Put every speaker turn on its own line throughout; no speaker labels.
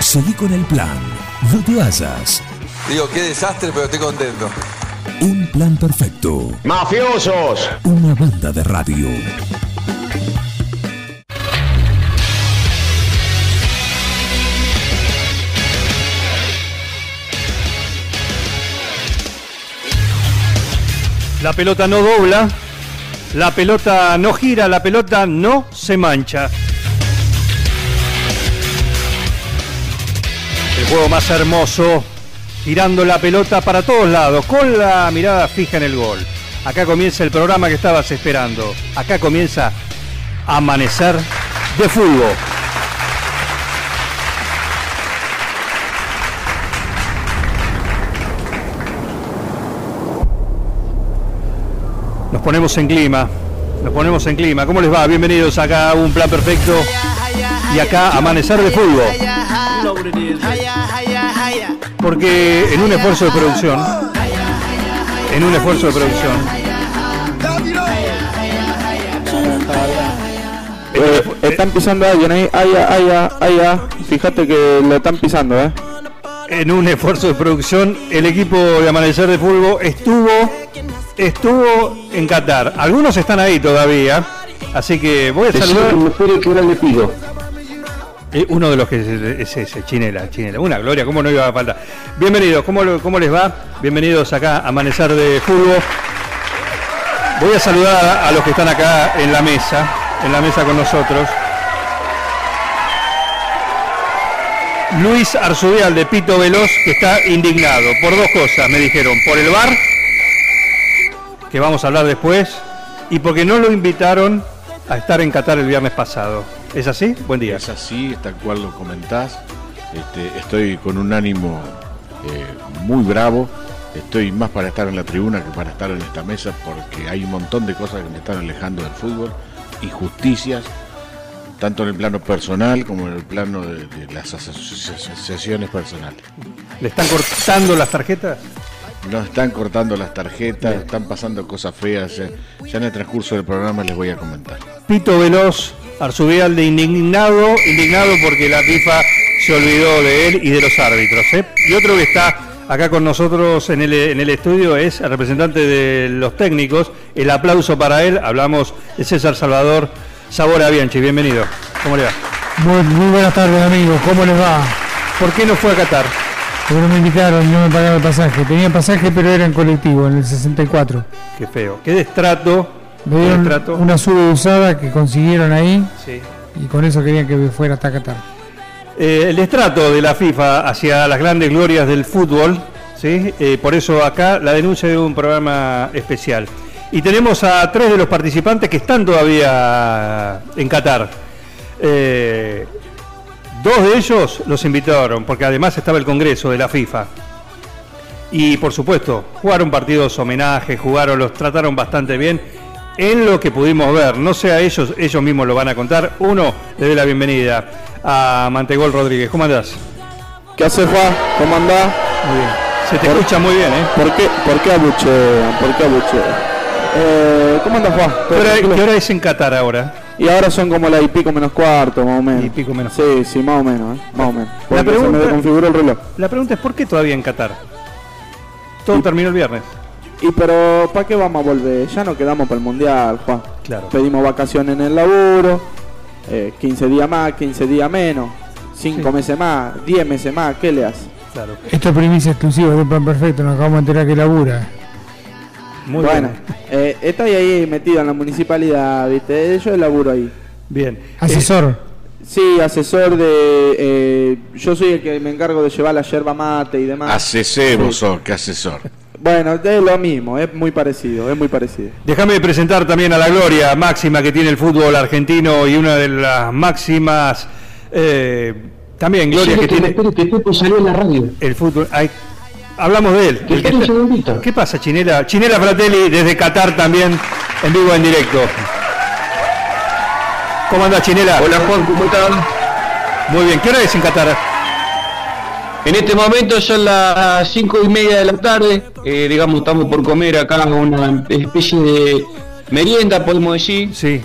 Seguí con el plan. No te vayas.
Digo, qué desastre, pero estoy contento.
Un plan perfecto.
¡Mafiosos!
Una banda de radio.
La pelota no dobla, la pelota no gira, la pelota no se mancha. El juego más hermoso, tirando la pelota para todos lados, con la mirada fija en el gol. Acá comienza el programa que estabas esperando. Acá comienza Amanecer de Fútbol. Nos ponemos en clima. Nos ponemos en clima. ¿Cómo les va? Bienvenidos acá a Un Plan Perfecto. Y acá Amanecer de Fútbol. Porque en un esfuerzo de producción, en un esfuerzo de producción,
Eh, están pisando a alguien ahí, ay, ay, ay, ay, ay. Fíjate que lo están pisando, ¿eh?
en un esfuerzo de producción, el equipo de Amanecer de Fútbol estuvo, estuvo en Qatar. Algunos están ahí todavía, así que voy a saludar.
que ahora le pido.
Eh, uno de los que es, es ese, Chinela, Chinela. Una gloria, ¿cómo no iba a faltar? Bienvenidos, ¿cómo, lo- cómo les va? Bienvenidos acá a Amanecer de Fútbol. Voy a saludar a, a los que están acá en la mesa, en la mesa con nosotros. Luis Arzubial de Pito Veloz, que está indignado por dos cosas, me dijeron. Por el bar, que vamos a hablar después, y porque no lo invitaron a estar en Qatar el viernes pasado. ¿Es así? Buen día.
Es así, es tal cual lo comentás. Este, estoy con un ánimo eh, muy bravo. Estoy más para estar en la tribuna que para estar en esta mesa porque hay un montón de cosas que me están alejando del fútbol. Injusticias, tanto en el plano personal como en el plano de, de las aso- asociaciones personales.
¿Le están cortando las tarjetas?
Nos están cortando las tarjetas, están pasando cosas feas. eh. Ya en el transcurso del programa les voy a comentar.
Pito Veloz, Arzubial de indignado, indignado porque la FIFA se olvidó de él y de los árbitros. ¿eh? Y otro que está acá con nosotros en el, en el estudio es el representante de los técnicos. El aplauso para él. Hablamos de César Salvador Sabora Bianchi. Bienvenido. ¿Cómo le va?
Muy, muy buenas tardes amigos, ¿cómo les va?
¿Por qué no fue a Qatar?
Porque no me invitaron, no me pagaron el pasaje. Tenía pasaje pero era en colectivo, en el 64.
Qué feo. Qué destrato.
Me
Qué
dieron
destrato.
una sub usada que consiguieron ahí
Sí.
y con eso querían que me fuera hasta Qatar.
Eh, el estrato de la FIFA hacia las grandes glorias del fútbol, ¿sí? Eh, por eso acá la denuncia de un programa especial. Y tenemos a tres de los participantes que están todavía en Qatar. Eh, dos de ellos los invitaron, porque además estaba el Congreso de la FIFA. Y por supuesto, jugaron partidos homenaje, jugaron, los trataron bastante bien. En lo que pudimos ver, no sea ellos, ellos mismos lo van a contar. Uno, le doy la bienvenida a Mantegol Rodríguez. ¿Cómo andás?
¿Qué hace, Juan? ¿Cómo andás?
Muy bien. Se te escucha muy bien, ¿eh?
¿Por qué, por qué abuchean? ¿Por qué abuchean? Eh, ¿Cómo andás, Juan?
¿Qué hora, qué hora es en Qatar ahora?
Y ahora son como las y pico menos cuarto, más o menos.
Y pico menos
Sí, sí, más o menos, ¿eh? Más o menos. Porque
pregunta-
se me configuró el reloj.
La pregunta es, ¿por qué todavía en Qatar? Todo terminó el viernes.
Y pero, ¿para qué vamos a volver? Ya no quedamos para el mundial, Juan.
Claro.
Pedimos vacaciones en el laburo, eh, 15 días más, 15 días menos, 5 meses más, 10 meses más, ¿qué le hace?
Claro.
Esto es primicia exclusiva de Plan Perfecto, nos acabamos de enterar que labura.
Muy
bueno,
bien.
eh, estoy ahí metido en la municipalidad, ¿viste? Eh, Yo laburo ahí.
Bien. Eh,
Asesor,
Eh,
Sí, asesor de... eh, yo soy el que me encargo de llevar la yerba mate y demás.
Asesor, vos sos, que asesor.
Bueno, es lo mismo, es muy parecido, es muy parecido.
Déjame presentar también a la gloria máxima que tiene el fútbol argentino y una de las máximas eh, también gloria que tiene
que Pepo salió en la radio.
el fútbol. Ay, hablamos de él. El que
Espera un
está-
segundito.
¿Qué pasa, Chinela? Chinela Fratelli desde Qatar también en vivo en directo. ¿Cómo anda Chinela?
Hola Juan, ¿cómo están?
Muy bien. ¿Qué hora es en Qatar?
En este momento son las cinco y media de la tarde. Eh, digamos, estamos por comer acá una especie de merienda, podemos decir.
Sí.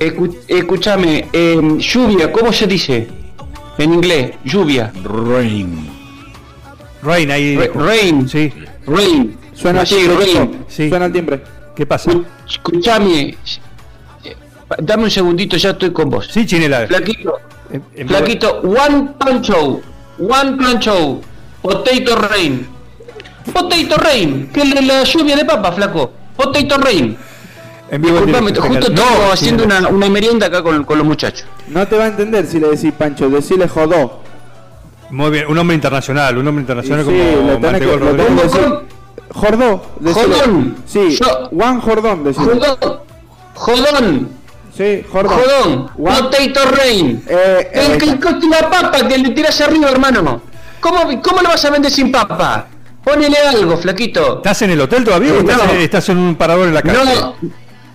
Escu- escuchame, eh, lluvia, ¿cómo se dice? en inglés, lluvia.
Rain.
Rain ahí.
Re- Rain.
Sí,
Rain.
Suena el
Gallego,
timbre.
Rain.
Sí.
Suena el timbre.
¿qué pasa?
Escuchame. eh, Dame un segundito, ya estoy con vos.
Sí, Chinela.
Flaquito,
En- en-
Flaquito, One Punch Show. One Punch Show. Potato Rain. Potato Rain. Que es la lluvia de papa, flaco. Potato Rain.
en vivo en
Disculpame,
directo,
justo
Chinela.
estamos
No,
haciendo
Chinela.
una, una merienda acá con, con los muchachos.
No te va a entender si le decís Pancho, decirle jodó.
Muy bien, un hombre internacional, un hombre
Y
internacional
sí,
como
le tenés que,
Mantegol
le
Rodríguez.
tenés que decir.
Jordón.
Jordó. decile.
Jordón.
Sí,
Yo-
Juan Jordón, decirle.
Jodón. Jodón.
Sí, Jordón.
Jodón.
Juan-
Potato Rain.
Eh, eh,
el que corta una papa que le tiras arriba, hermano. ¿Cómo, ¿Cómo lo vas a vender sin papa? Ponele algo, flaquito.
¿Estás en el hotel todavía o estás,
No.
en, estás en un parador en la calle?
No,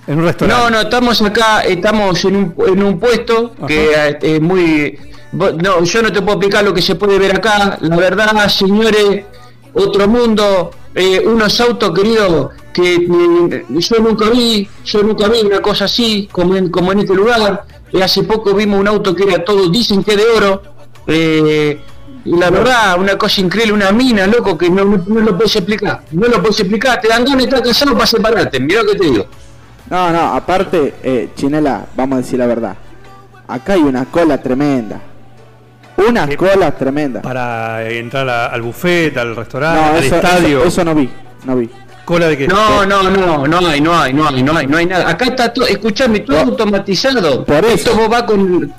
En un restaurante.
No, no, estamos acá, estamos en un, en un puesto que eh, es muy... vo- No, yo no te puedo explicar lo que se puede ver acá. La verdad, señores, otro mundo, eh, unos autos, queridos, que eh, yo nunca vi, yo nunca vi una cosa así como en, como en este lugar. Eh, hace poco vimos un auto que era todo, dicen que de oro. Eh, y la verdad, una cosa increíble, una mina, loco, que no, no- no lo puedes explicar. No lo puedes explicar, te dan ganas de estar casado para separarte, mirá lo que te digo.
No, no, aparte, eh, Chinela, vamos a decir la verdad. Acá hay una cola tremenda. Una
¿Qué?
cola tremenda.
Para entrar a- al buffet, al restaurante,
No,
al
eso,
estadio.
eso- eso no vi, no vi.
Cola de que.
No, no, no, no hay, no hay, no hay, no hay, no hay nada. Acá está todo, escuchame, todo
No.
automatizado.
Por eso.
Esto vos vas con,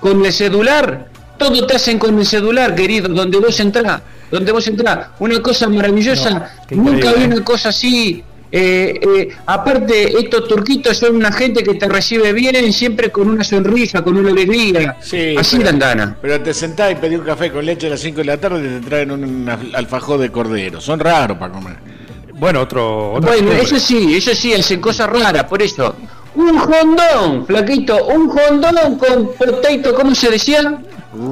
con el celular, todo te hacen con el celular, querido, donde vos entrás, donde vos entrás. Una cosa maravillosa,
No, qué
nunca
increíble,
vi
eh.
una cosa así. Eh, eh, aparte, estos turquitos son una gente que te recibe bien, siempre con una sonrisa, con una alegría. así
pero-
la andana.
Pero te sentás y pedís un café con leche a las 5 de la tarde y te traen un, un alfajor de cordero. Son raros para comer.
Bueno, otro. otro
Bueno,
costumbre.
eso sí, eso sí, hacen cosas raras, por eso. Un jondón, flaquito, un jondón con potato, ¿cómo se decía?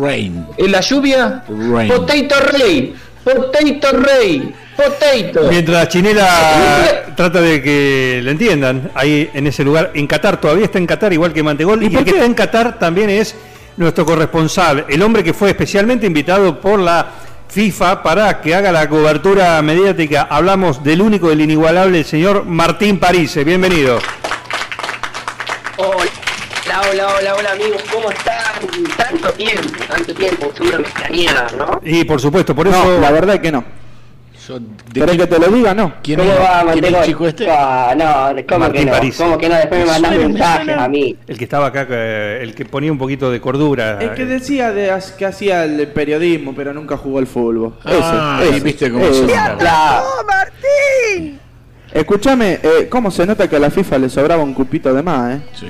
Rain.
En la lluvia.
Rain.
Potato rey, potato rey, potato.
Mientras Chinela trata de que le entiendan, ahí en ese lugar, en Qatar, todavía está en Qatar, igual que Mantegol, y, el que está en Qatar también es nuestro corresponsal, el hombre que fue especialmente invitado por la FIFA para que haga la cobertura mediática. Hablamos del único, del inigualable, el señor Martín París. Bienvenido.
Hola, hola, hola, hola amigos, ¿cómo están? Tanto tiempo, tanto tiempo, seguro me extrañaron, ¿no?
Y por supuesto, por eso...
No, la verdad que no.
Son- ¿de
¿Querés que
quién-
te lo diga? No.
quién
¿Cómo
es-
va,
quién es el
Mantegol?
chico este?
Ah, no, ¿cómo
Martín
que no?
París.
¿Cómo que no? Después me mandan
suena, me
mensajes
suena.
a mí.
El que estaba acá, eh, el que ponía un poquito de cordura.
El que decía de, que hacía el periodismo, pero nunca jugó al fútbol.
Ah,
Ese, Eh,
ahí
ese,
viste cómo
ese.
son.
Claro.
Escuchame, eh, ¿cómo se nota que a la FIFA le sobraba un cupito de más, eh?
Sí.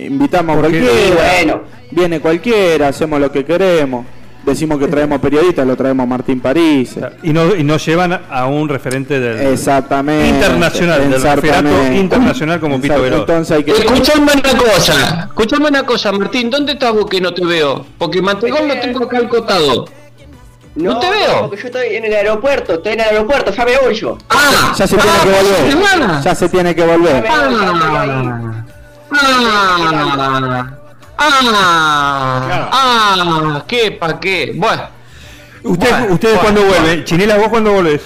Invitamos a
Porque-
cualquiera.
Sí, bueno.
Viene cualquiera, hacemos lo que queremos. Decimos que traemos periodistas, lo traemos a Martín París.
y, no, y nos llevan a un referente del...
Exactamente.
Internacional, del
Exactamente.
referato internacional como Pito
Exacto,
Veloz.
Entonces hay que.
Escuchame una cosa, escuchame una cosa, Martín, ¿dónde estás vos que no te veo? Porque Mantegol lo tengo acá al costado. No te veo.
Porque yo estoy en el aeropuerto, estoy en el aeropuerto, ya me voy yo.
Ah,
Ya se tiene
ah,
que
pasó
volver.
semana.
Ya se tiene que
Ya
volver.
me voy, ya estoy ahí.
Ah, ah, ah, ah, qué pa' qué. Bueno,
¿Usted,
Bueno,
¿Ustedes
bueno,
cuándo vuelven? Chinela, ¿vos cuándo volvés?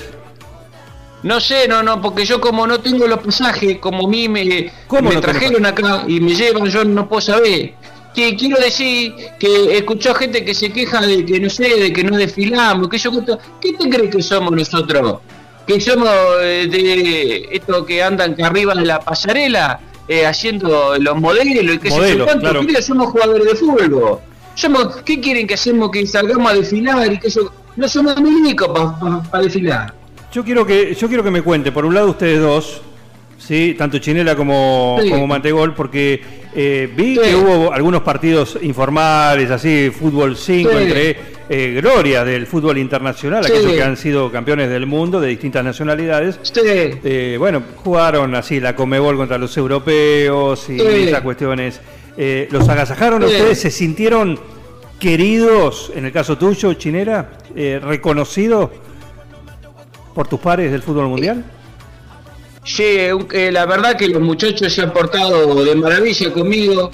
no sé, no, no, porque yo como no tengo los pasajes, como a mí me,
¿Cómo
me
no tenés
trajeron acá y me llevan, yo no puedo saber. Que quiero decir que escuchó gente que se queja de que no sé, de que no desfilamos, que yo cuento- ¿Qué te crees que somos nosotros? Que somos eh, de estos que andan que arriba de la pasarela eh, haciendo los modelos y qué sé yo
Modelos,
cuánto.
claro.
Creo que somos jugadores de fútbol. Somos, ¿Qué quieren que hacemos? Que salgamos a desfilar y que yo. No somos milicos para desfilar.
Yo quiero que yo quiero que me cuente, por un lado ustedes dos, sí, tanto Chinela como,
Sí.
como Mantegol, porque eh, vi
Sí.
que hubo algunos partidos informales, así, fútbol 5,
Sí.
entre eh, glorias del fútbol internacional,
Sí.
aquellos que han sido campeones del mundo de distintas nacionalidades.
Usted,
Eh, bueno, jugaron así la Comebol contra los europeos y
Sí.
esas cuestiones. Eh, ¿Los agasajaron a
Sí.
ustedes? ¿Se sintieron queridos, en el caso tuyo, Chinera? Eh, ¿Reconocidos por tus pares del fútbol mundial?
Sí, un- eh, la verdad que los muchachos se han portado de maravilla conmigo.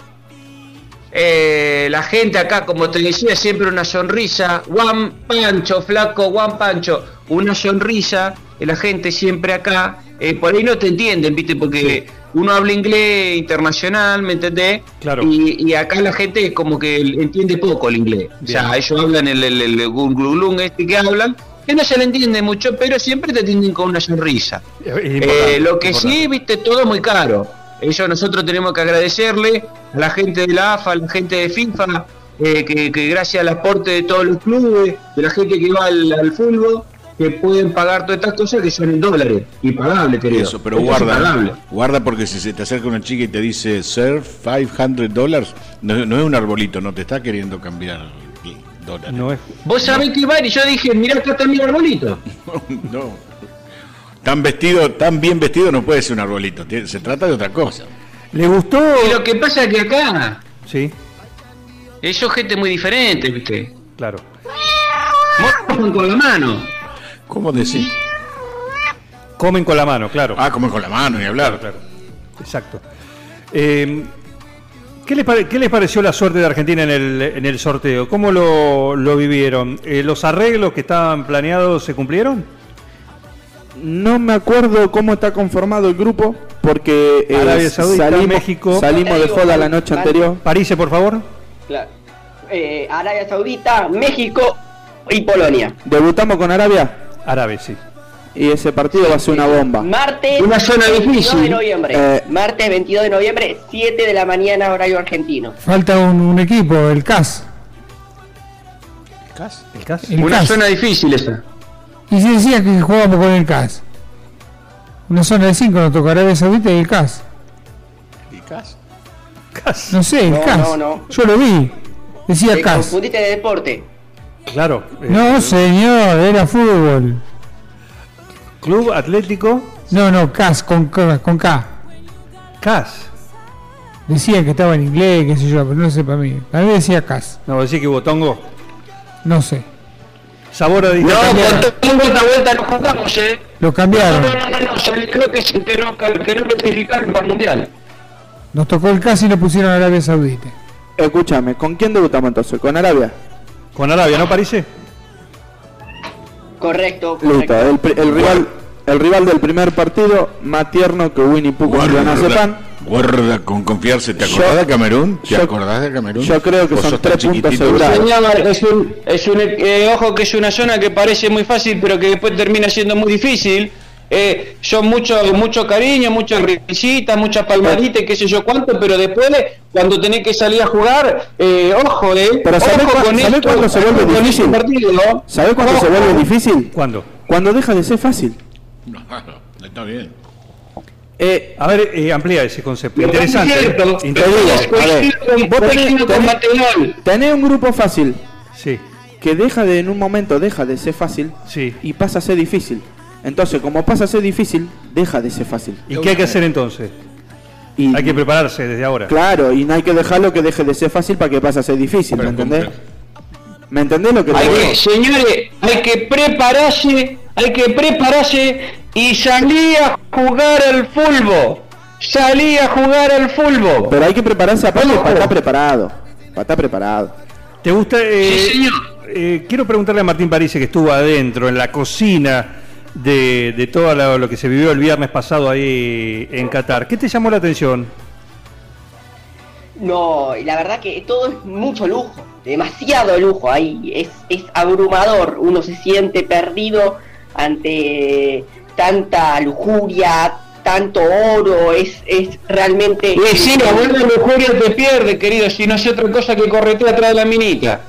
Eh, la gente acá, como te decía, siempre una sonrisa. Juan Pancho, flaco, Juan Pancho, una sonrisa. eh, La gente siempre acá. Eh, por ahí no te entienden, ¿viste? Porque uno habla inglés internacional, ¿me entendés?
Claro.
Y, y acá la gente es como que entiende poco el inglés. O sea,
Bien.
ellos hablan el, el, el gun, glu, glun este que hablan, que no se le entiende mucho, pero siempre te atienden con una sonrisa.
Es importante,
Eh, lo que
importante.
sí, viste, todo muy caro. Eso nosotros tenemos que agradecerle a la gente de la AFA, a la gente de FIFA, eh, que, que gracias al aporte de todos los clubes, de la gente que va al, al fútbol, que pueden pagar todas estas cosas que son en dólares. Impagable, querido.
Eso, pero
Esto es impagable.
guarda, guarda porque si se te acerca una chica y te dice, sir, 500 dólares, no, no es un arbolito, no te está queriendo cambiar el dólar.
No es.
Vos sabés que van y yo dije, mirá, acá está mi arbolito.
No. Tan vestido, tan bien vestido no puede ser un arbolito, tiene- se trata de otra cosa.
¿Le gustó?
Y lo que pasa es que acá,
Sí,
eso es gente muy diferente, viste.
claro.
Mofan con la mano.
¿Cómo decir?
Comen con la mano, claro.
Ah, como con la mano y hablar.
Claro, exacto. Eh, ¿qué, les pare- qué les pareció la suerte de Argentina en el, en el sorteo? ¿Cómo lo, lo vivieron? Eh, ¿Los arreglos que estaban planeados se cumplieron?
No me acuerdo cómo está conformado el grupo, porque eh,
Arabia Saudita,
salimos,
México.
salimos de joda la noche anterior.
Parise, por favor.
Claro. Eh, Arabia Saudita, México y Polonia.
Debutamos con Arabia
Árabe, sí.
y ese partido va a ser una bomba.
Martes
Una zona
22 de
difícil.
noviembre.
Eh.
Martes 22 de noviembre, 7 de la mañana, horario argentino.
Falta un, un equipo, el CAS.
¿El CAS?
El
Una
CAS.
zona difícil esa.
Y se decía que jugábamos con el CAS. Una zona de 5 nos tocará Arabia Saudita y el CAS.
CAS.
No sé, el
No,
CAS.
no, no.
Yo lo vi. Decía
Te
CAS.
confundiste de deporte.
Claro. eh,
No, señor, era fútbol.
Club Atlético
No, no, CAS con, K- con K.
CAS.
Decían que estaba en inglés, qué sé yo, pero no sé para mí. Para mí decía CAS.
No, decía que Botongo.
No sé.
Sabor a
No,
distinto.
con tengo una vuelta no jugamos, eh.
Lo
No,
cambiaron.
no, no, no, no, yo creo que se enteró que que no clasificaron para el mundial.
Nos tocó el CAS y lo pusieron a Arabia Saudita.
Escúchame, ¿con quién debutamos entonces? ¿Con Arabia?
Con Arabia, ¿no, Parise?
Correcto,
Listo,
correcto.
el, pri- el rival el rival del primer partido, más tierno que Winnie Pooh con
Guarda,
Joana Sepan.
guarda con confiarse. ¿Te acordás
Yo-
de Camerún? ¿Te
yo-
acordás de Camerún?
yo creo que
Vos
son
sos tan
tres puntos
chiquitito.
asegurados.
Señor, es un, es un eh, ojo que es una zona que parece muy fácil, pero que después termina siendo muy difícil. Eh, son mucho, mucho cariño, muchas risitas, muchas palmaditas, y qué sé yo cuánto, pero después, eh, cuando tenés que salir a jugar, eh, ojo, eh,
Pero
ojo
¿sabés cuán- sabés
esto,
cuándo se vuelve
con este
difícil?
partido.
¿Sabés cuándo
Ojo.
se vuelve difícil?
¿Cuándo?
Cuando deja de ser fácil.
No, está bien.
Eh,
A ver, eh, amplía ese concepto.
Lo que es
Interesante.
cierto,
¿eh?
te digo,
Interesante.
a ver,
Coincido con-
vos
coincido
tenés,
con
tenés-
Mateol.
tenés un grupo fácil
Sí,
que deja de en un momento deja de ser fácil
sí.
y pasa a ser difícil. Entonces, como pasa a ser difícil, deja de ser fácil.
¿Y qué hay que hacer entonces?
Y
Hay que prepararse desde ahora.
claro, y no hay que dejarlo que deje de ser fácil para que pase a ser difícil, ¿me
Pero con-
entendés? ¿Me entendés lo que
Hay
te digo?
que, señores, hay que prepararse, hay que prepararse y salir a jugar al fulbo. Salí a jugar al fulbo.
Pero hay que prepararse aparte para estar preparado. Para estar preparado.
¿Te gusta? eh,
Sí, señor.
eh, quiero preguntarle a Martín Parise, que estuvo adentro, en la cocina de, de todo lo, lo que se vivió el viernes pasado ahí en Qatar. ¿Qué te llamó la atención?
No, y la verdad que todo es mucho lujo, demasiado lujo ahí, es, es abrumador, uno se siente perdido ante tanta lujuria, tanto oro, es, es realmente...
Y si no, vos la lujuria te pierde, querido, si no es otra cosa que corretea atrás de la minita.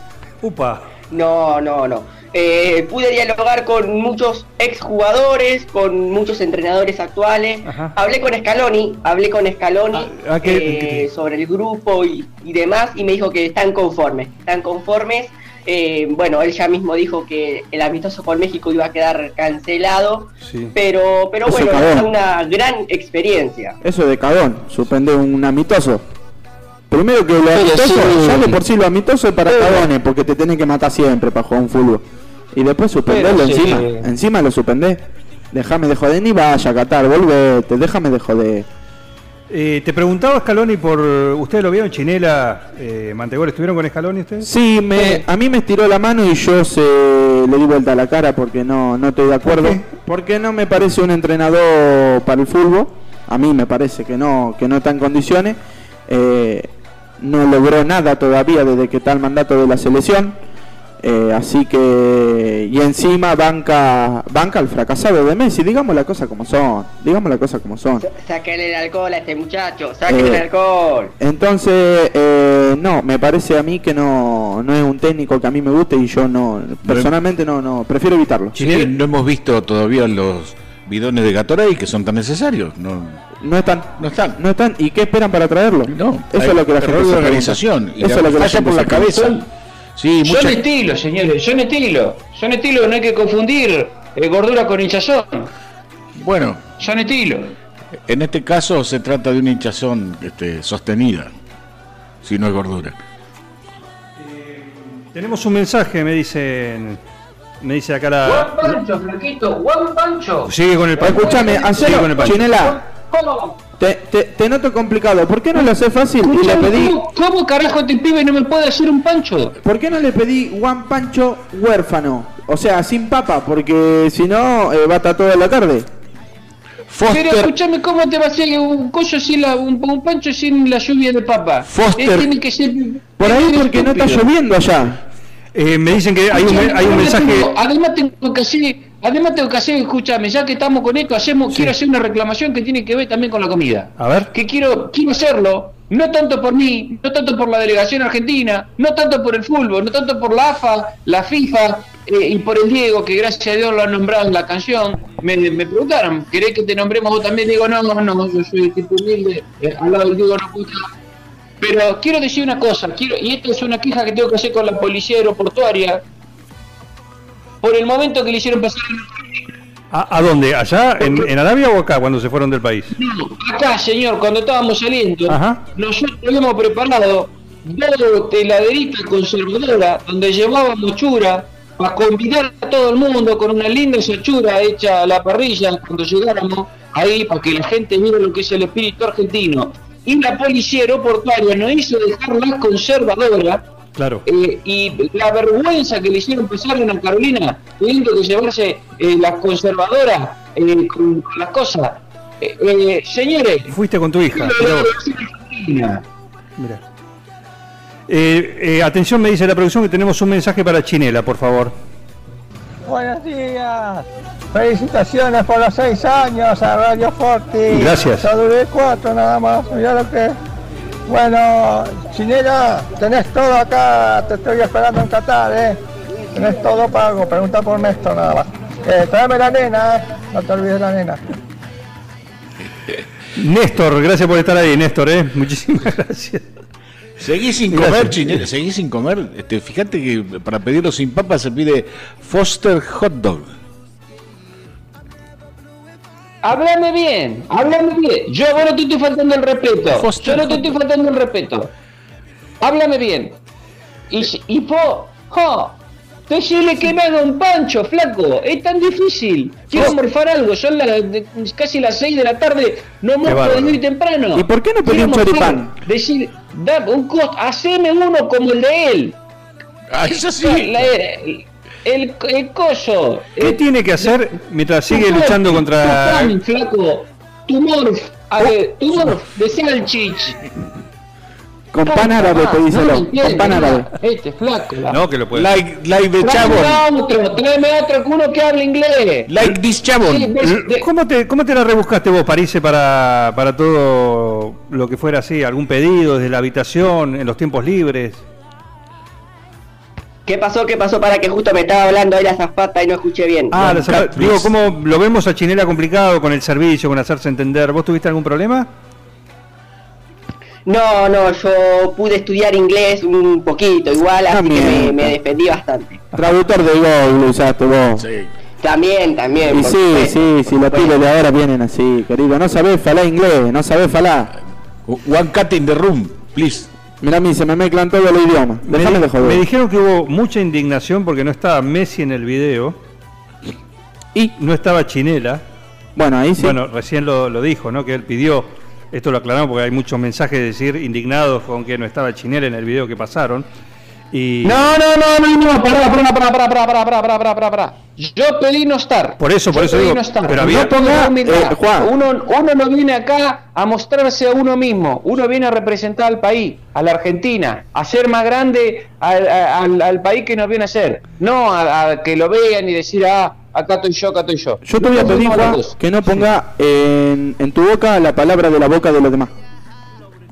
Upa.
No, no, no. Eh, pude dialogar con muchos exjugadores, con muchos entrenadores actuales.
Ajá.
Hablé con Scaloni, hablé con Scaloni
Ah, ah, que-
eh, sobre el grupo y, y demás y me dijo que están conformes, están conformes. Eh, bueno, él ya mismo dijo que el amistoso con México iba a quedar cancelado,
Sí.
pero, pero
Eso
bueno,
cagó.
es una gran experiencia.
Eso de cagón, suspender un amistoso. Primero que lo amistoso,
sí.
ya de por sí lo amistoso es para cagones, porque te tienen que matar siempre para jugar un fútbol. Y después suspenderlo
Pero sí.
encima, encima lo suspendés. Déjame de joder, ni vaya a Qatar, volvete, déjame de joder.
Eh, te preguntaba Scaloni por. ¿Ustedes lo vieron? Chinela, eh, Mantegol, ¿estuvieron con Scaloni ustedes?
Sí, me, a mí me estiró la mano y yo se, le di vuelta a la cara porque no, no estoy de acuerdo.
¿Por qué?
Porque no me parece un entrenador para el fútbol. A mí me parece que no, que no está en condiciones. Eh, no logró nada todavía desde que está el mandato de la selección. Eh, así que y encima banca banca al fracasado de Messi digamos la cosa como son digamos la cosa como son
Sáquenle el alcohol a este muchacho, sáquenle
Eh.
el alcohol.
Entonces, eh, no, me parece a mí que no, no es un técnico que a mí me guste y yo no, personalmente no, no, prefiero evitarlo.
Sí, no hemos visto todavía los bidones de Gatorade que son tan necesarios. No,
No están,
no están.
no están. ¿Y qué esperan para traerlo?
No,
eso
hay
es lo que la gente
error
se
de
pregunta.
organización. y
Eso es lo que la
falla
gente
por la
se pregunta.
cabeza. Sí,
Son
mucha-
estilos, señores, son estilos. Son estilos, no hay que confundir eh, gordura con hinchazón.
Bueno,
Son estilos.
en este caso se trata de una hinchazón este, sostenida, si no es gordura.
Tenemos un mensaje, me dicen. Me dice acá
Ah.
Juan
la.
Pancho, flaquito, Juan Pancho.
Sigue con el pan.
Escuchame,
sigue con el
hacelo,
pan.
Chinela,
¿Cómo,
te, te, te noto complicado. ¿Por qué no lo haces fácil y le pedí,
cómo- cómo carajo este pibe no me puede hacer un pancho?
por qué no le pedí Juan Pancho huérfano? O sea, sin papa, porque si no, eh, va a estar toda la tarde.
Foster,
Pero escúchame, ¿cómo te va a hacer un coso sin la, un, un pancho sin la lluvia de papa?
Foster.
Eh, tiene que ser.
Por
tiene
ahí
que ser
porque no está
estúpido.
lloviendo allá.
Eh, me dicen que hay un,
Escuchame,
hay un
además
mensaje.
tengo- además tengo que hacer, además tengo que hacer, escúchame, ya que estamos con esto, hacemos, quiero hacer una reclamación que tiene que ver también con la comida.
A ver.
Que quiero, quiero hacerlo, no tanto por mí, no tanto por la delegación argentina, no tanto por el fútbol, no tanto por la AFA, la FIFA eh, y por el Diego, que gracias a Dios lo han nombrado en la canción. Me, me preguntaron, ¿querés que te nombremos vos también? Digo, no, no, no, yo soy tipo humilde, eh, al lado del Diego no puedo estar. Pero quiero decir una cosa, quiero, y esta es una queja que tengo que hacer con la policía aeroportuaria, por el momento que le hicieron pasar
¿A, a dónde? ¿Allá? En, en Arabia o acá cuando se fueron del país?
No, acá, señor, cuando estábamos saliendo,
Ajá.
nosotros habíamos preparado dos teladeritas conservadoras donde llevábamos chura para convidar a todo el mundo con una linda sachura hecha a la parrilla cuando llegáramos ahí para que la gente viera lo que es el espíritu argentino. Y la policía aeroportuaria nos hizo dejar las conservadoras
Claro.
Eh, y la vergüenza que le hicieron pasar a Carolina, teniendo que llevarse eh, las conservadoras eh, con, con las cosas. Eh, eh, señores,
Fuiste con tu hija. mirá vos. Mirá. Eh, eh, atención, me dice la producción que tenemos un mensaje para Chinela, por favor.
Buenos días. Felicitaciones por los seis años a Radio Forti.
Gracias.
Yo duré cuatro nada más. Mira lo que. Bueno, Chinela, tenés todo acá. Te estoy esperando en Qatar, ¿eh? Tenés todo pago. Pregunta por Néstor nada más. Eh, tráeme la nena, ¿eh? No te olvides la nena.
Néstor, gracias por estar ahí, Néstor, ¿eh? Muchísimas gracias.
seguís sin
Gracias.
comer, chinela, seguís sin comer. Este, fíjate que para pedirlo sin papa se pide Foster Hot Dog.
Háblame bien, háblame bien. Yo a vos no te estoy faltando el respeto.
Foster.
Yo no te estoy faltando el respeto. Háblame bien. Y, si- y po, jo, decirle que me haga un pancho, flaco. Es tan difícil. Quiero morfar algo. Son las, de- casi las 6 de la tarde. No morfo de
bárbaro.
muy temprano.
¿Y por qué no pedí
Quiero
un
morfar.
choripán?
Decir, dame un cost, haceme uno como el de él.
Ah, eso sí.
La- el, el, el coso.
¿Qué
El-
tiene que hacer mientras sigue
tu
luchando
morf,
contra...
tu pan, flaco. Tu morf, a
Oh.
ver, tu morf de salchich.
Con pan árabe, pedíselo. con pan árabe.
Este flaco. la-
No, que lo puede...
Like, like the
Tráeme
chavo.
otro, tráeme otro que uno que hable inglés.
Like this chabón.
Sí, ves, de-
¿Cómo te, ¿Cómo te la rebuscaste vos, París, para, para todo lo que fuera así? ¿Algún pedido desde la habitación, en los tiempos libres?
¿Qué pasó? ¿Qué pasó? Para que justo me estaba hablando ahí la zafata y no escuché bien.
Ah,
Don
la sala-
Catriz.
digo, ¿cómo lo vemos a Chinela complicado con el servicio, con hacerse entender? ¿Vos tuviste algún problema?
No, no, yo pude estudiar inglés un poquito igual, así que me, me defendí bastante.
Traductor de Google usaste vos.
Sí.
También, también.
Y
por
sí,
supuesto,
sí,
por
si los
supuesto.
pibes de ahora vienen así, querido. No sabés falar inglés, no sabés falar.
One cat in the room, please.
Mirá a mí, se me mezclan todos los idiomas. Déjame
di-
de
me
joder.
dijeron que hubo mucha indignación porque no estaba Messi en el video y no estaba Chinela.
Bueno, ahí sí.
Bueno, recién lo, lo dijo, ¿no? Que él pidió Esto lo aclaramos porque hay muchos mensajes de decir indignados con que no estaba Chinera en el video que pasaron. Y
No, no, no, no, no, pará, pará, pará, pará, pará, pará, pará, pará, pará, pará, pará. Yo pedí no estar.
Por eso, por
Yo
eso
pedí
digo,
no estar.
pero había-
No ponga humildad.
Eh, Juan.
Uno, uno no viene acá a mostrarse a uno mismo. Uno viene a representar al país, a la Argentina, a ser más grande al, al- al país que nos viene a ser. No a, a que lo vean y decir, ah, acá estoy yo, acá estoy yo.
Yo te voy a
No,
pedir,
no,
Juan,
no, no.
que no ponga en, en tu boca la palabra de la boca de los demás.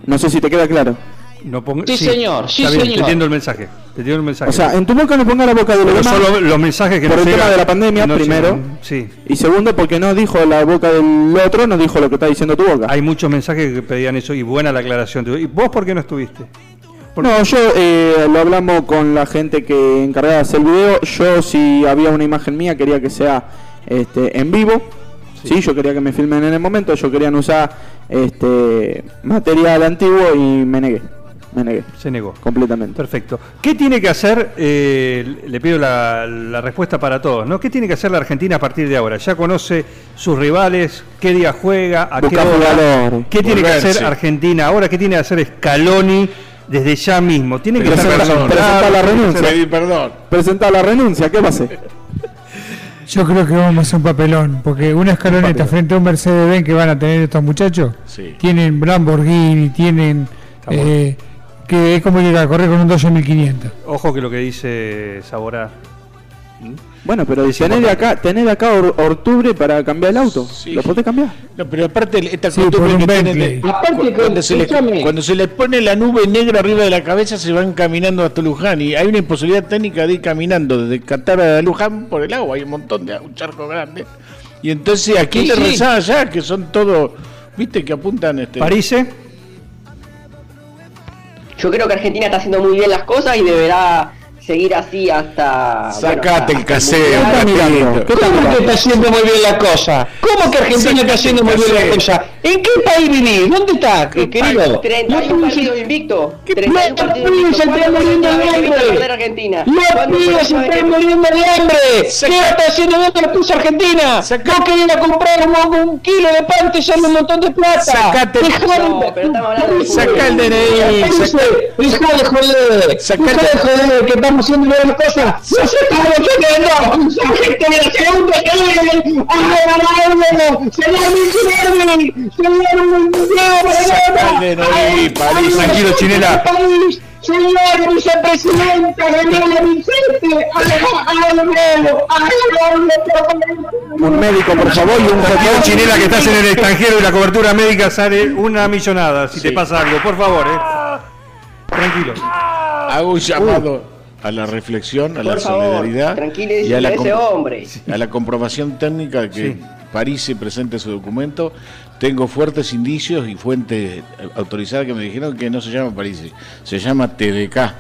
No sé si te queda claro.
no ponga-
Sí, señor, sí,
está bien,
señor.
Te entiendo el mensaje. Te entiendo el mensaje.
O sea, en tu boca no ponga la boca de los
pero
demás.
solo los mensajes que
por
nos
el tema
llegan-
de la pandemia,
nos
primero.
llegan- sí.
Y segundo, porque no dijo la boca del otro, no dijo lo que está diciendo tu boca.
Hay muchos mensajes que pedían eso y buena la aclaración. ¿Y vos por qué no estuviste? por-
No, yo eh, lo hablamos con la gente que encargada de hacer el video. Yo, si había una imagen mía, quería que sea este, en vivo. Sí. yo quería que me filmen en el momento. Yo querían usar este material antiguo y me negué. Me negué
Se negó.
completamente.
Perfecto. ¿Qué tiene que hacer? eh, le pido la, la respuesta para todos, ¿no? ¿Qué tiene que hacer la Argentina a partir de ahora? Ya conoce sus rivales, qué día juega, a qué
Buscar
hora.
jugadores.
¿Qué tiene que
Volverse.
hacer Argentina ahora? ¿Qué tiene que hacer Scaloni desde ya mismo? Tiene que
Pero
estar
presenta-
concentrado,
presenta la
tiene que
renuncia.
ser-
Pedí perdón.
Presentar la renuncia, ¿qué va a hacer?
Yo creo que vamos a hacer un papelón, porque una escaloneta frente a un Mercedes-Benz que van a tener estos muchachos,
Sí.
tienen Lamborghini, tienen...
bueno.
eh, que es como ir a correr con un 12500.
Ojo que lo que dice Saborá.
Bueno, pero tener acá, tener acá or- octubre para cambiar el auto.
Sí.
¿Lo podés cambiar?
No, pero aparte esta
Sí,
costumbre
por
que
un
tienen
Bentley.
de-
Aparte
cu-
que-
cuando, se
Ah, escúchame.
les, cuando se les pone la nube negra arriba de la cabeza se van caminando hasta Luján y hay una imposibilidad técnica de ir caminando desde Qatar a Luján por el agua, hay un montón de un charco grande. Y entonces aquí
Sí,
le
sí.
rezás allá que son todos, viste que apuntan este
Parise,
Yo creo que Argentina está haciendo muy bien las cosas y deberá seguir así
Ah,
hasta.
Sacate el
casero.
caseo.
¿Qué está mirando? ¿Qué está
¿Cómo que
mirando?
está haciendo muy bien la cosa? ¿Cómo que Argentina está haciendo muy bien la cosa? ¿En qué país vivís? ¿Dónde estás, eh, querido?
31 partidos invicto.
¿Qué
31
plata,
partidos
pibes,
invicto.
se están
¿Cuándo fue
muriendo
la última
de
vez que
hambre?
viste perder a Argentina?
¡Los
¿Cuándo fue la
pibes se
última vez que-
están muriendo de hambre! ¿Qué está haciendo bien la puso Argentina? ¿Vos que ir a comprar un, un kilo de pan te sale un montón de plata?
Sacate-
Dejaron-
No, pero estamos hablando de fútbol.
Sacá el DNI,
Parece,
sacá-
hijo de joder,
Sacá-
hijo de joder, que estamos haciendo bien las cosas. No se está defendiendo. La gente de la segunda que ¡Ay, ganaron! ¡Se dieron un Ginelli! ¡Se dieron un mundial para
Sacá el
Europa!
DNI,
¡Ay,
París,
ay,
tranquilo,
ay,
Chinela.
este país! Señor vicepresidente, ganó Vicente, algo,
Un médico, por favor, y un
Diego
doctor.
Chinela que estás en el extranjero y la cobertura médica sale una millonada si te pasa algo, por favor, eh. Tranquilo.
Hago un llamado a la reflexión, a la
Por favor,
solidaridad y
tranquilícese
a
a
la
ese
com-
hombre.
a la comprobación técnica de que
Sí.
París se presente su documento. Tengo fuertes indicios y fuentes eh, autorizadas que me dijeron que no se llama París, se llama TDK,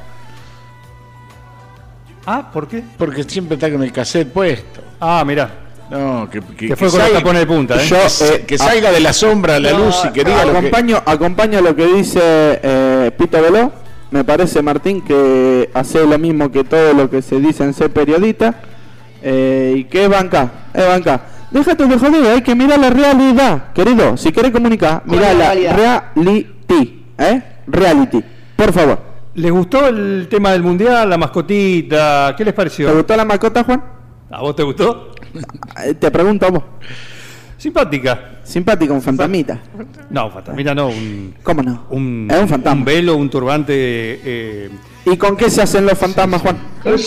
Ah, ¿por qué?
porque siempre está con el cassette puesto.
Ah, mirá.
No, que, que-
Que fue
que
con los
salga-
tapones de punta, ¿eh?
Yo, eh,
que salga de la sombra a la luz y que diga lo que-
acompaño, acompaño lo que dice eh, Pito Veló. Me parece, Martín, que hace lo mismo que todo lo que se dice en ser periodista. eh, y que es banca, es banca. Déjate de joder, hay que mirar la realidad, querido. Si querés comunicar,
¿Cuál
mirá
es la
la
realidad?
reality, ¿eh? Reality, por favor.
¿Les gustó el tema del mundial, la mascotita? ¿Qué les
¿Te
pareció?
gustó la mascota, Juan?
¿A vos te gustó?
Eh, Te pregunto a vos.
Simpática.
Simpático, un fantasmita.
No, un fantasmita no, un,
¿Cómo no?
un,
es un fantasma.
un velo, un turbante. eh,
¿Y con qué se hacen los fantasmas, Juan? Eh,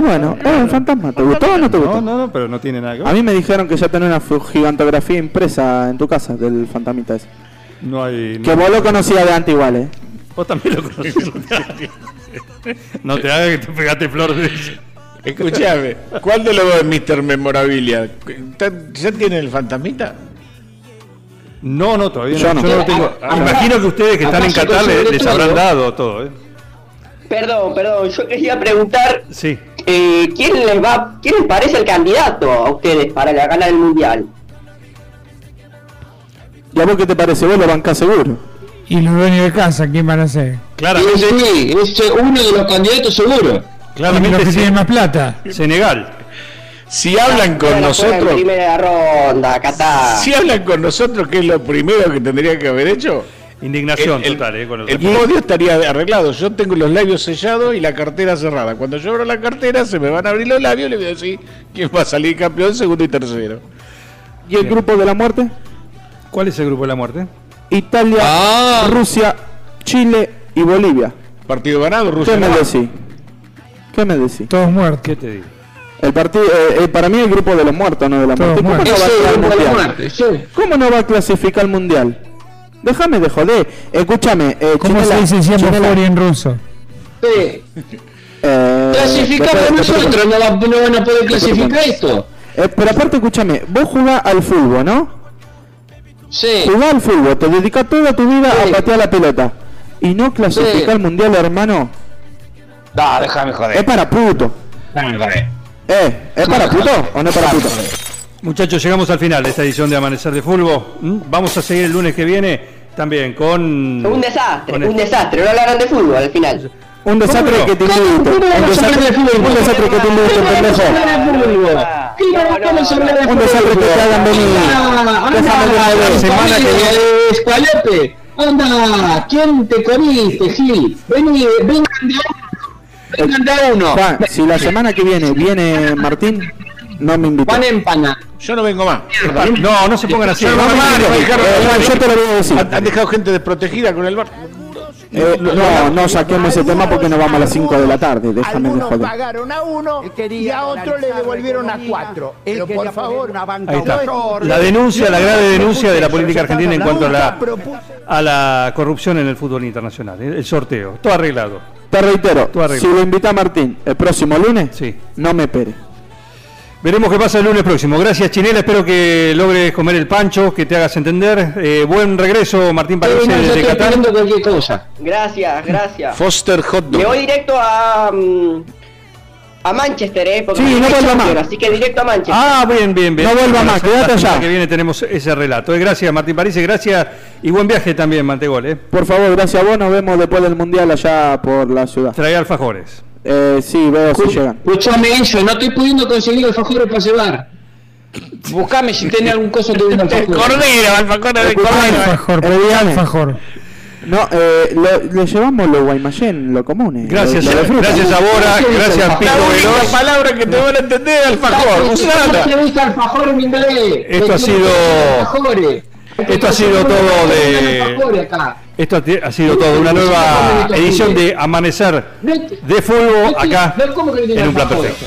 bueno, es un fantasma. ¿Te gustó o no te gustó?
no, no, no, pero no tiene nada que
A
ver.
mí me dijeron que ya tenés una fu- gigantografía impresa en tu casa del fantasmita ese.
No hay.
Que
no-
vos lo conocías de antes igual, ¿eh?
Vos también lo conocés. no te hagas que te pegaste flor de eso.
Escuchame, ¿cuál de los dos es Mr. Memorabilia? ¿Tan- ¿Ya tiene el fantasmita?
No, no, todavía no.
Yo no.
lo tengo.
Ah, ah,
Imagino que ustedes que
acá
están en
se
Qatar le-
consigue
les
todo.
habrán dado todo, ¿eh?
Perdón, perdón, yo quería preguntar
Sí.
eh, quién les va, quién les parece el candidato a ustedes para la- ganar el mundial.
¿Y a vos qué te parece? Vos lo bancás seguro.
Y los dueños de casa, ¿quién van a ser?
Claramente,
sí, eh, es uno de los candidatos seguro.
Los
claramente
que
sí.
tienen más plata.
Senegal.
Si
Bueno,
hablan con
juega En
nosotros,
primera ronda, Catá.
si hablan con nosotros, que es lo primero que tendría que haber hecho,
Indignación total, eh, con el
el
resultado.
podio estaría arreglado. Yo tengo los labios sellados y la cartera cerrada. Cuando yo abro la cartera, se me van a abrir los labios y le voy a decir quién va a salir campeón, segundo y tercero.
¿Y el
Bien.
grupo de la muerte?
¿Cuál es el grupo de la muerte?
Italia,
Ah.
Rusia, Chile y Bolivia.
Partido ganado, Rusia.
¿Qué me
ganado.
decís? ¿Qué me decís?
Todos muertos.
¿Qué te digo?
El partido, eh, eh, para mí el grupo de los muertos, no de la
Todos
muerte. ¿Cómo no,
muertos.
va a
Ese
clasificar al
grupo de la
mundial?
muerte, sí.
¿Cómo no va a clasificar al mundial? Déjame de joder. Escúchame, eh,
¿Cómo se
Chinela,
dice siempre
Chinela,
Fori en ruso?
Sí.
eh,
Clasificamos
después-
nosotros, no, va- no van a poder
Después te
clasificar
cuento.
esto.
Eh, pero aparte, escúchame, vos jugás al fútbol, ¿no?
Sí.
Jugás al fútbol, te dedicás toda tu vida
Sí.
a patear la pelota. Y no clasificar
Sí.
al mundial, hermano,
Da, déjame
es
joder.
para puto.
Dame joder.
Eh, ¿es para puto o no es para puto?
Muchachos, llegamos al final de esta edición de Amanecer de Fulbo. ¿Mm? Vamos a seguir el lunes que viene también con.
Un desastre,
con
un desastre. No hablaron de fútbol al final.
Un desastre
no?
que te
¿Cómo
invito.
no vamos a
Un
hablar de
desastre,
fútbol?
un desastre que te invito,
¿Qué vamos a
pendejo.
hablar de fútbol?
Ah,
¿Qué vamos a hablar de
Un desastre que te hagan venir.
Anda,
Déjame de joder.
anda,
semana que
familia de Escalope. Anda, ¿quién te comiste, Gil? Vení, vengan de a uno. Vengan de a uno.
Juan, si la semana que viene viene Martín, no me invita.
Van empana.
Yo no vengo más.
No, no se pongan así.
Yo no
No me
Juan,
invita.
Juan, Ricardo,
Eh, Juan,
Juan,
yo te lo voy a decir.
Han, han dejado gente desprotegida con el bar.
Eh, no, no saquemos ese tema porque nos vamos a las 5 de la tarde. Déjame de joder.
pagaron a uno y a otro le devolvieron a cuatro. Pero por favor,
Ahí está. La denuncia, la grave denuncia de la política argentina en cuanto a la, a la corrupción en el fútbol internacional. eh, El el sorteo. Todo arreglado.
Te reitero,
Tú arregla.
si lo invita Martín el próximo lunes,
Sí.
no me pere.
Veremos qué pasa el lunes próximo. Gracias, Chinela. Espero que logres comer el pancho, que te hagas entender. Eh, buen regreso,
Yo
Martín Palacio
Eh, estoy
desde Qatar.
esperando cualquier cosa.
Gracias, gracias.
Foster Hot
Me voy directo a. mm, a Manchester, ¿eh? Porque
Sí,
me
no
voy
vuelva
campeón,
más.
Así que directo a Manchester.
Ah, bien, bien, bien.
No vuelva
Bueno,
más,
la
quédate
semana
allá.
que viene tenemos ese relato. Eh, Gracias, Martín París. Gracias y buen viaje también, Mantegol. Eh.
Por favor, gracias a vos. Nos vemos después del mundial allá por la ciudad.
Trae alfajores.
Eh, sí, veo si llegan.
Escuchame eso, no estoy pudiendo conseguir alfajores para llevar. Buscame si tiene algún coso que venda alfajores.
Alfajor,
Eh, dígame.
alfajor.
No, eh, lo- le llevamos los guaymallén, lo comunes.
Gracias,
lo- lo de fruta.
gracias a Bora, gracias a Pico
La única
Veloz.
palabra que te van a entender, alfajor.
¿Cómo
Usala.
te gusta alfajor en inglés?
Esto ha sido-
Alfajores.
esto ha sido todo de-
Alfajores acá.
Esto te- ha sido todo. Una nueva edición de Amanecer de Fuego acá en un plan perfecto.